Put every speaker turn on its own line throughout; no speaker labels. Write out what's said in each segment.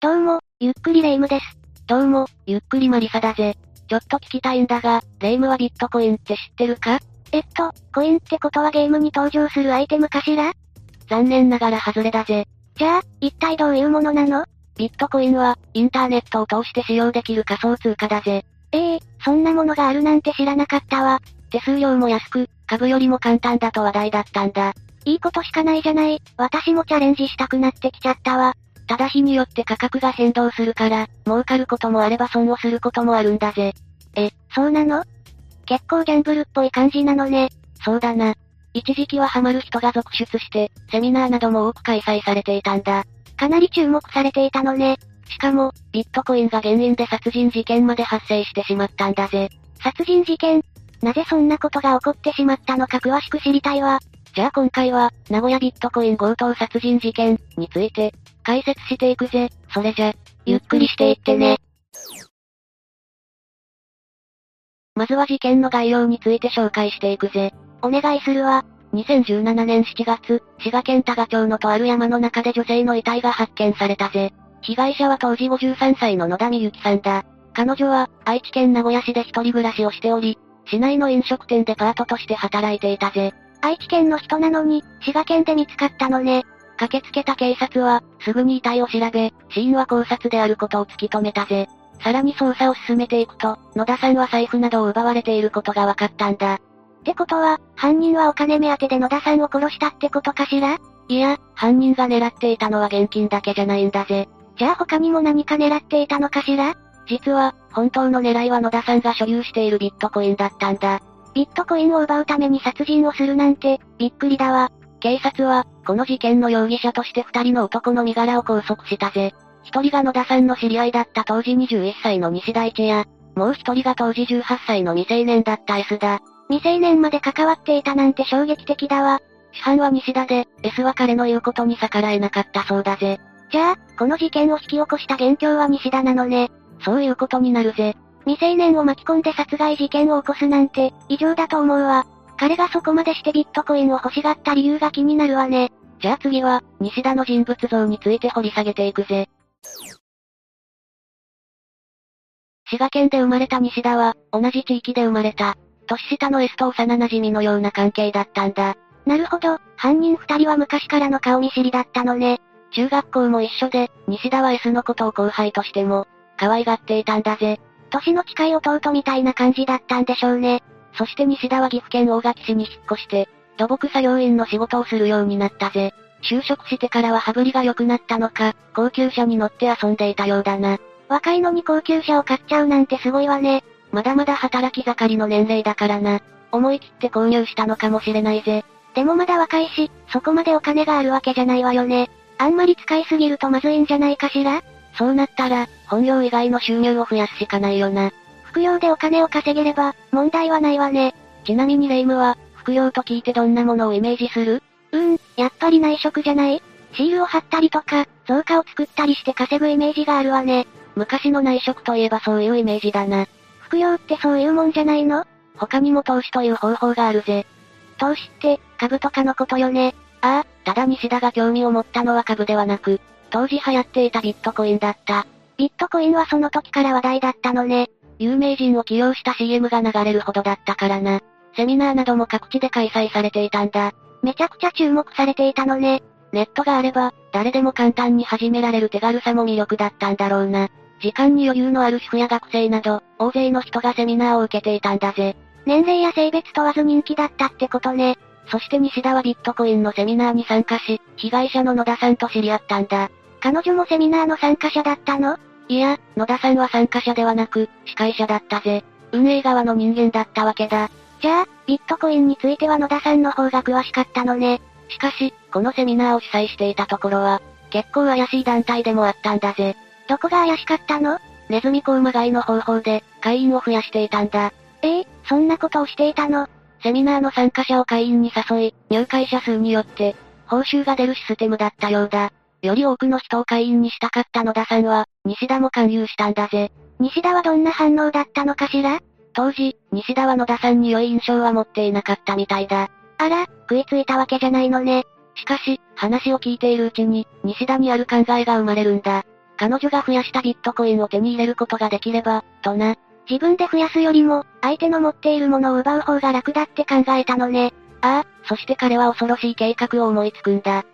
どうも、ゆっくりレ夢ムです。
どうも、ゆっくりマリサだぜ。ちょっと聞きたいんだが、レ夢ムはビットコインって知ってるか
えっと、コインってことはゲームに登場するアイテムかしら
残念ながら外れだぜ。
じゃあ、一体どういうものなの
ビットコインは、インターネットを通して使用できる仮想通貨だぜ。
ええそんなものがあるなんて知らなかったわ。
手数料も安く、株よりも簡単だと話題だったんだ。
いいことしかないじゃない。私もチャレンジしたくなってきちゃったわ。
ただ日によって価格が変動するから、儲かることもあれば損をすることもあるんだぜ。
そうなの結構ギャンブルっぽい感じなのね。
そうだな。一時期はハマる人が続出して、セミナーなども多く開催されていたんだ。
かなり注目されていたのね。
しかも、ビットコインが原因で殺人事件まで発生してしまったんだぜ。
殺人事件。なぜそんなことが起こってしまったのか詳しく知りたいわ。
じゃあ今回は、名古屋ビットコイン強盗殺人事件について、解説していくぜ。それじゃ、ゆっくりしていってね。まずは事件の概要について紹介していくぜ。
お願いするわ。
2017年7月、滋賀県多賀町のとある山の中で女性の遺体が発見されたぜ。被害者は当時53歳の野田美幸さんだ。彼女は、愛知県名古屋市で一人暮らしをしており、市内の飲食店でパートとして働いていたぜ。
愛知県の人なのに、滋賀県で見つかったのね。
駆けつけた警察は、すぐに遺体を調べ、死因は考察であることを突き止めたぜ。さらに捜査を進めていくと、野田さんは財布などを奪われていることが分かったんだ。
ってことは、犯人はお金目当てで野田さんを殺したってことかしら
いや、犯人が狙っていたのは現金だけじゃないんだぜ。
じゃあ他にも何か狙っていたのかしら
実は、本当の狙いは野田さんが所有しているビットコインだったんだ。
ビットコインを奪うために殺人をするなんて、びっくりだわ。
警察は、この事件の容疑者として二人の男の身柄を拘束したぜ。一人が野田さんの知り合いだった当時21歳の西大地や、もう一人が当時18歳の未成年だった S だ。
未成年まで関わっていたなんて衝撃的だわ。
主犯は西田で、S は彼の言うことに逆らえなかったそうだぜ。
じゃあ、この事件を引き起こした元凶は西田なのね。
そういうことになるぜ。
未成年を巻き込んで殺害事件を起こすなんて、異常だと思うわ。彼がそこまでしてビットコインを欲しがった理由が気になるわね。
じゃあ次は、西田の人物像について掘り下げていくぜ。滋賀県で生まれた西田は、同じ地域で生まれた。年下の S と幼馴染のような関係だったんだ。
なるほど、犯人二人は昔からの顔見知りだったのね。
中学校も一緒で、西田は S のことを後輩としても、可愛がっていたんだぜ。
年の近い弟みたいな感じだったんでしょうね。
そして西田は岐阜県大垣市に引っ越して、土木作業員の仕事をするようになったぜ。就職してからは羽振りが良くなったのか、高級車に乗って遊んでいたようだな。
若いのに高級車を買っちゃうなんてすごいわね。
まだまだ働き盛りの年齢だからな。思い切って購入したのかもしれないぜ。
でもまだ若いし、そこまでお金があるわけじゃないわよね。あんまり使いすぎるとまずいんじゃないかしら
そうなったら、本業以外の収入を増やすしかないよな。
副業でお金を稼げれば、問題はないわね。
ちなみにレイムは、副業と聞いてどんなものをイメージする
うーん、やっぱり内職じゃないシールを貼ったりとか、造花を作ったりして稼ぐイメージがあるわね。
昔の内職といえばそういうイメージだな。
副業ってそういうもんじゃないの
他にも投資という方法があるぜ。
投資って、株とかのことよね。
ああ、ただ西田が興味を持ったのは株ではなく、当時流行っていたビットコインだった。
ビットコインはその時から話題だったのね。
有名人を起用した CM が流れるほどだったからな。セミナーなども各地で開催されていたんだ。
めちゃくちゃ注目されていたのね。
ネットがあれば、誰でも簡単に始められる手軽さも魅力だったんだろうな。時間に余裕のある主婦や学生など、大勢の人がセミナーを受けていたんだぜ。
年齢や性別問わず人気だったってことね。
そして西田はビットコインのセミナーに参加し、被害者の野田さんと知り合ったんだ。
彼女もセミナーの参加者だったの
いや、野田さんは参加者ではなく、司会者だったぜ。運営側の人間だったわけだ。
じゃあ、ビットコインについては野田さんの方が詳しかったのね。
しかし、このセミナーを主催していたところは、結構怪しい団体でもあったんだぜ。
どこが怪しかったの
ネズミコウマ買いの方法で、会員を増やしていたんだ。
ええそんなことをしていたの。
セミナーの参加者を会員に誘い、入会者数によって、報酬が出るシステムだったようだ。より多くの人を会員にしたかった野田さんは、西田も勧誘したんだぜ。
西田はどんな反応だったのかしら
当時、西田は野田さんに良い印象は持っていなかったみたいだ。
あら、食いついたわけじゃないのね。
しかし、話を聞いているうちに、西田にある考えが生まれるんだ。彼女が増やしたビットコインを手に入れることができれば、とな。
自分で増やすよりも、相手の持っているものを奪う方が楽だって考えたのね。
ああ、そして彼は恐ろしい計画を思いつくんだ。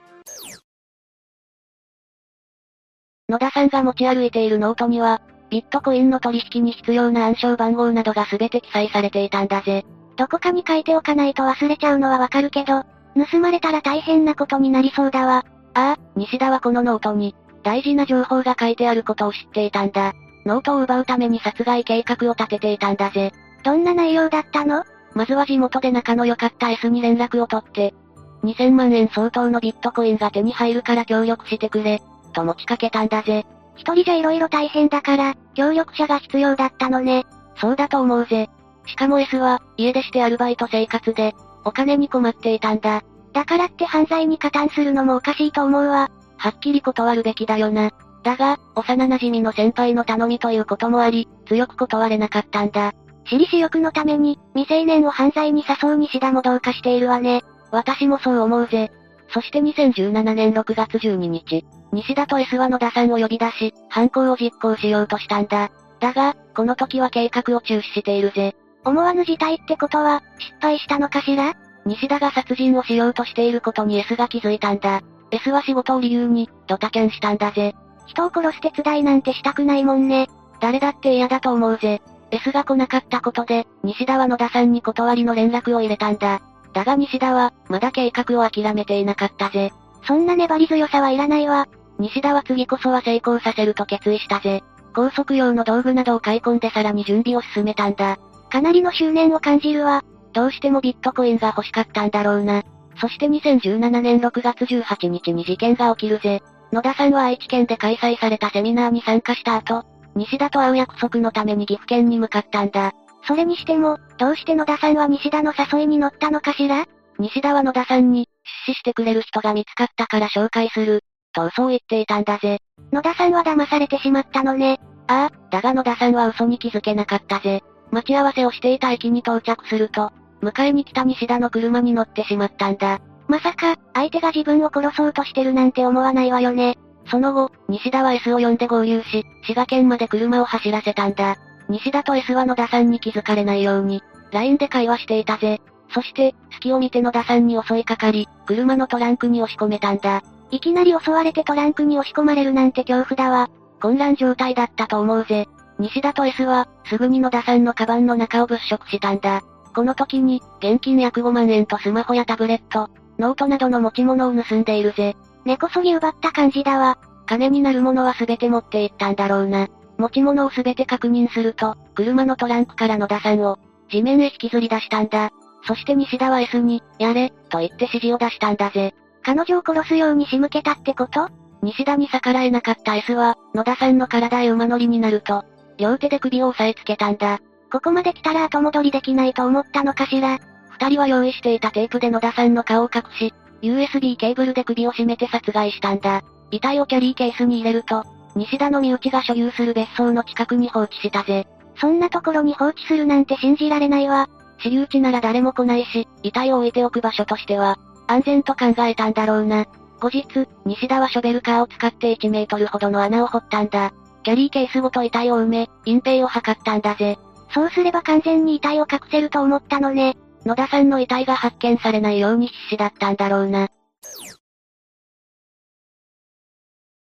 野田さんが持ち歩いているノートには、ビットコインの取引に必要な暗証番号などが全て記載されていたんだぜ。
どこかに書いておかないと忘れちゃうのはわかるけど、盗まれたら大変なことになりそうだわ。
ああ、西田はこのノートに、大事な情報が書いてあることを知っていたんだ。ノートを奪うために殺害計画を立てていたんだぜ。
どんな内容だったの
まずは地元で仲の良かった S に連絡を取って、2000万円相当のビットコインが手に入るから協力してくれ、と持ちかけたんだぜ。
一人じゃ色々大変だから、協力者が必要だったのね。
そうだと思うぜ。しかも S は、家出してアルバイト生活で、お金に困っていたんだ。
だからって犯罪に加担するのもおかしいと思うわ。
はっきり断るべきだよな。だが、幼馴染の先輩の頼みということもあり、強く断れなかったんだ。
私利私欲のために、未成年を犯罪に誘う西田もどうかしているわね。
私もそう思うぜ。そして2017年6月12日、西田と S は野田さんを呼び出し、犯行を実行しようとしたんだ。だが、この時は計画を中止しているぜ。
思わぬ事態ってことは、失敗したのかしら
西田が殺人をしようとしていることに S が気づいたんだ。S は仕事を理由に、ドタキャンしたんだぜ。
人を殺す手伝いなんてしたくないもんね。
誰だって嫌だと思うぜ。S が来なかったことで、西田は野田さんに断りの連絡を入れたんだ。だが西田は、まだ計画を諦めていなかったぜ。
そんな粘り強さはいらないわ。
西田は次こそは成功させると決意したぜ。高速用の道具などを買い込んでさらに準備を進めたんだ。
かなりの執念を感じるわ。
どうしてもビットコインが欲しかったんだろうな。そして2017年6月18日に事件が起きるぜ。野田さんは愛知県で開催されたセミナーに参加した後、西田と会う約束のために岐阜県に向かったんだ。
それにしても、どうして野田さんは西田の誘いに乗ったのかしら
西田は野田さんに、出資してくれる人が見つかったから紹介する、と嘘を言っていたんだぜ。
野田さんは騙されてしまったのね。
ああ、だが野田さんは嘘に気づけなかったぜ。待ち合わせをしていた駅に到着すると、迎えに来た西田の車に乗ってしまったんだ。
まさか、相手が自分を殺そうとしてるなんて思わないわよね。
その後、西田は S を呼んで合流し、滋賀県まで車を走らせたんだ。西田と S は野田さんに気づかれないように、LINE で会話していたぜ。そして、隙を見て野田さんに襲いかかり、車のトランクに押し込めたんだ。
いきなり襲われてトランクに押し込まれるなんて恐怖だわ。
混乱状態だったと思うぜ。西田と S は、すぐに野田さんのカバンの中を物色したんだ。この時に、現金約5万円とスマホやタブレット、ノートなどの持ち物を盗んでいるぜ。
根こそぎ奪った感じだわ。
金になるものは全て持っていったんだろうな。持ち物を全て確認すると、車のトランクから野田さんを、地面へ引きずり出したんだ。そして西田は S に、やれ、と言って指示を出したんだぜ。
彼女を殺すように仕向けたってこと
西田に逆らえなかった S は、野田さんの体へ馬乗りになると、両手で首を押さえつけたんだ。
ここまで来たら後戻りできないと思ったのかしら。
二人は用意していたテープで野田さんの顔を隠し、USB ケーブルで首を絞めて殺害したんだ。遺体をキャリーケースに入れると、西田の身内が所有する別荘の近くに放置したぜ。
そんなところに放置するなんて信じられないわ。
私有地なら誰も来ないし、遺体を置いておく場所としては、安全と考えたんだろうな。後日、西田はショベルカーを使って1メートルほどの穴を掘ったんだ。キャリーケースごと遺体を埋め、隠蔽を図ったんだぜ。
そうすれば完全に遺体を隠せると思ったのね。
野田さんの遺体が発見されないように必死だったんだろうな。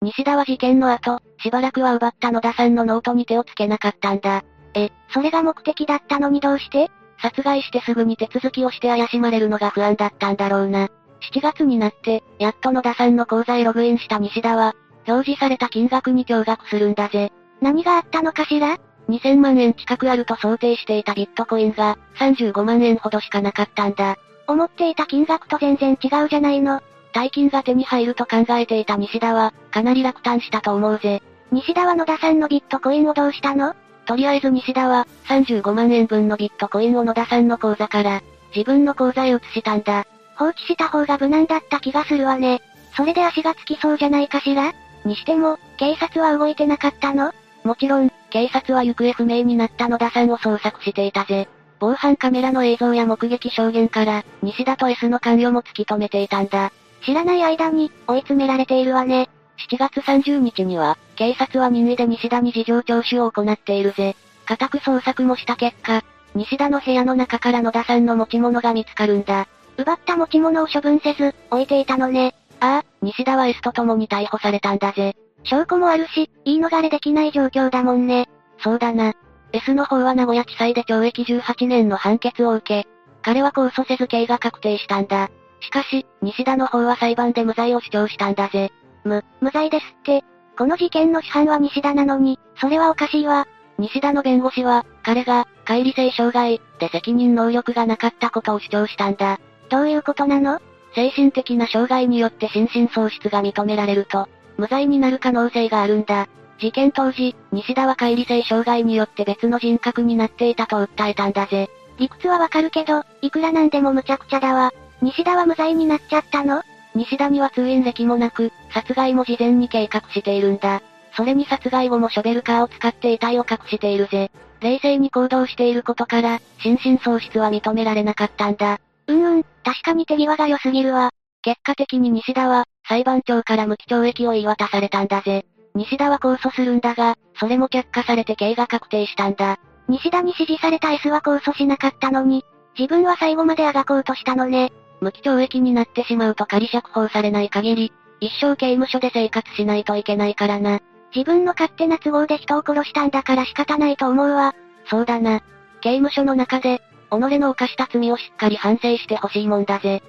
西田は事件の後、しばらくは奪った野田さんのノートに手をつけなかったんだ。
え、それが目的だったのにどうして
殺害してすぐに手続きをして怪しまれるのが不安だったんだろうな。7月になって、やっと野田さんの口座へログインした西田は、表示された金額に驚愕するんだぜ。
何があったのかしら
2000万円近くあると想定していたビットコインが、35万円ほどしかなかったんだ。
思っていた金額と全然違うじゃないの。
大金が手に入ると考えていた西田は、かなり落胆したと思うぜ。
西田は野田さんのビットコインをどうしたの
とりあえず西田は、35万円分のビットコインを野田さんの口座から、自分の口座へ移したんだ。
放置した方が無難だった気がするわね。それで足がつきそうじゃないかしらにしても、警察は動いてなかったの
もちろん、警察は行方不明になった野田さんを捜索していたぜ。防犯カメラの映像や目撃証言から、西田と S の関与も突き止めていたんだ。
知らない間に、追い詰められているわね。
7月30日には、警察は任意で西田に事情聴取を行っているぜ。家宅捜索もした結果、西田の部屋の中から野田さんの持ち物が見つかるんだ。
奪った持ち物を処分せず、置いていたのね。
ああ、西田は S と共に逮捕されたんだぜ。
証拠もあるし、言い逃れできない状況だもんね。
そうだな。S の方は名古屋地裁で懲役18年の判決を受け、彼は控訴せず刑が確定したんだ。しかし、西田の方は裁判で無罪を主張したんだぜ。
む、無罪ですって。この事件の主犯は西田なのに、それはおかしいわ。
西田の弁護士は、彼が、乖離性障害、で責任能力がなかったことを主張したんだ。
どういうことなの
精神的な障害によって心神喪失が認められると、無罪になる可能性があるんだ。事件当時、西田は乖離性障害によって別の人格になっていたと訴えたんだぜ。
理屈はわかるけど、いくらなんでも無茶苦茶だわ。西田は無罪になっちゃったの
西田には通院歴もなく、殺害も事前に計画しているんだ。それに殺害後もショベルカーを使って遺体を隠しているぜ。冷静に行動していることから、心神喪失は認められなかったんだ。
うんうん、確かに手際が良すぎるわ。
結果的に西田は、裁判長から無期懲役を言い渡されたんだぜ。西田は控訴するんだが、それも却下されて刑が確定したんだ。
西田に指示された S は控訴しなかったのに、自分は最後まであがこうとしたのね。
無期懲役になってしまうと仮釈放されない限り、一生刑務所で生活しないといけないからな。
自分の勝手な都合で人を殺したんだから仕方ないと思うわ。
そうだな。刑務所の中で、己の犯した罪をしっかり反省してほしいもんだぜ。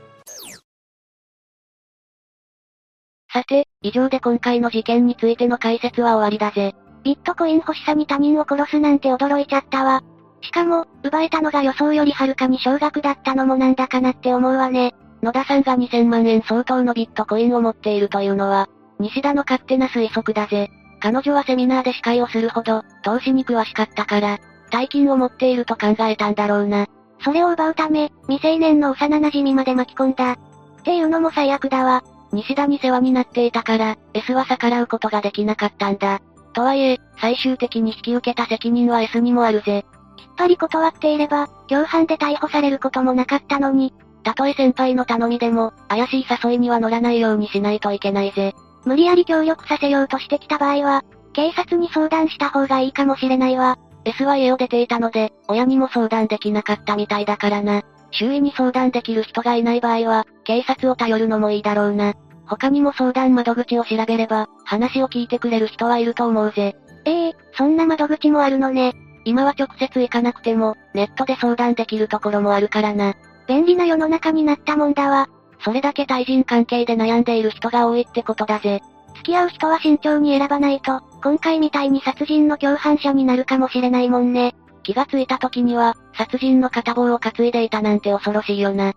さて、以上で今回の事件についての解説は終わりだぜ。
ビットコイン欲しさに他人を殺すなんて驚いちゃったわ。しかも、奪えたのが予想よりはるかに少額だったのもなんだかなって思うわね。
野田さんが2000万円相当のビットコインを持っているというのは、西田の勝手な推測だぜ。彼女はセミナーで司会をするほど、投資に詳しかったから、大金を持っていると考えたんだろうな。
それを奪うため、未成年の幼馴染まで巻き込んだ。っていうのも最悪だわ。
西田に世話になっていたから、S は逆らうことができなかったんだ。とはいえ、最終的に引き受けた責任は S にもあるぜ。
きっぱり断っていれば、共犯で逮捕されることもなかったのに。
たとえ先輩の頼みでも、怪しい誘いには乗らないようにしないといけないぜ。
無理やり協力させようとしてきた場合は、警察に相談した方がいいかもしれないわ。
S は家を出ていたので、親にも相談できなかったみたいだからな。周囲に相談できる人がいない場合は、警察を頼るのもいいだろうな。他にも相談窓口を調べれば、話を聞いてくれる人はいると思うぜ。
ええー、そんな窓口もあるのね。
今は直接行かなくても、ネットで相談できるところもあるからな。
便利な世の中になったもんだわ。
それだけ対人関係で悩んでいる人が多いってことだぜ。
付き合う人は慎重に選ばないと、今回みたいに殺人の共犯者になるかもしれないもんね。
気がついた時には、殺人の片棒を担いでいたなんて恐ろしいよな。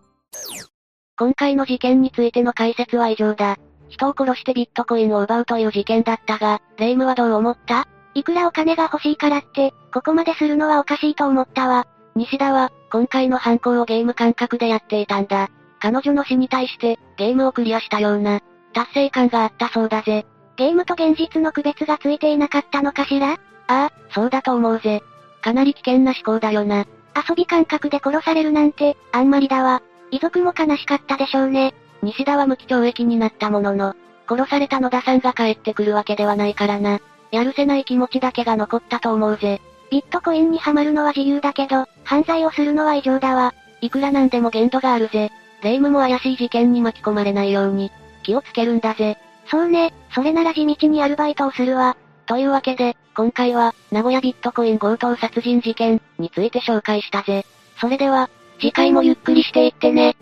今回の事件についての解説は以上だ。人を殺してビットコインを奪うという事件だったが、レイムはどう思った
いくらお金が欲しいからって、ここまでするのはおかしいと思ったわ。
西田は、今回の犯行をゲーム感覚でやっていたんだ。彼女の死に対して、ゲームをクリアしたような、達成感があったそうだぜ。
ゲームと現実の区別がついていなかったのかしらあ
あ、そうだと思うぜ。かなり危険な思考だよな。
遊び感覚で殺されるなんて、あんまりだわ。遺族も悲しかったでしょうね。
西田は無期懲役になったものの、殺された野田さんが帰ってくるわけではないからな。やるせない気持ちだけが残ったと思うぜ。
ビットコインにはまるのは自由だけど、犯罪をするのは異常だわ。
いくらなんでも限度があるぜ。霊夢も怪しい事件に巻き込まれないように、気をつけるんだぜ。
そうね、それなら地道にアルバイトをするわ。
というわけで、今回は、名古屋ビットコイン強盗殺人事件について紹介したぜ。それでは、
次回もゆっくりしていってね。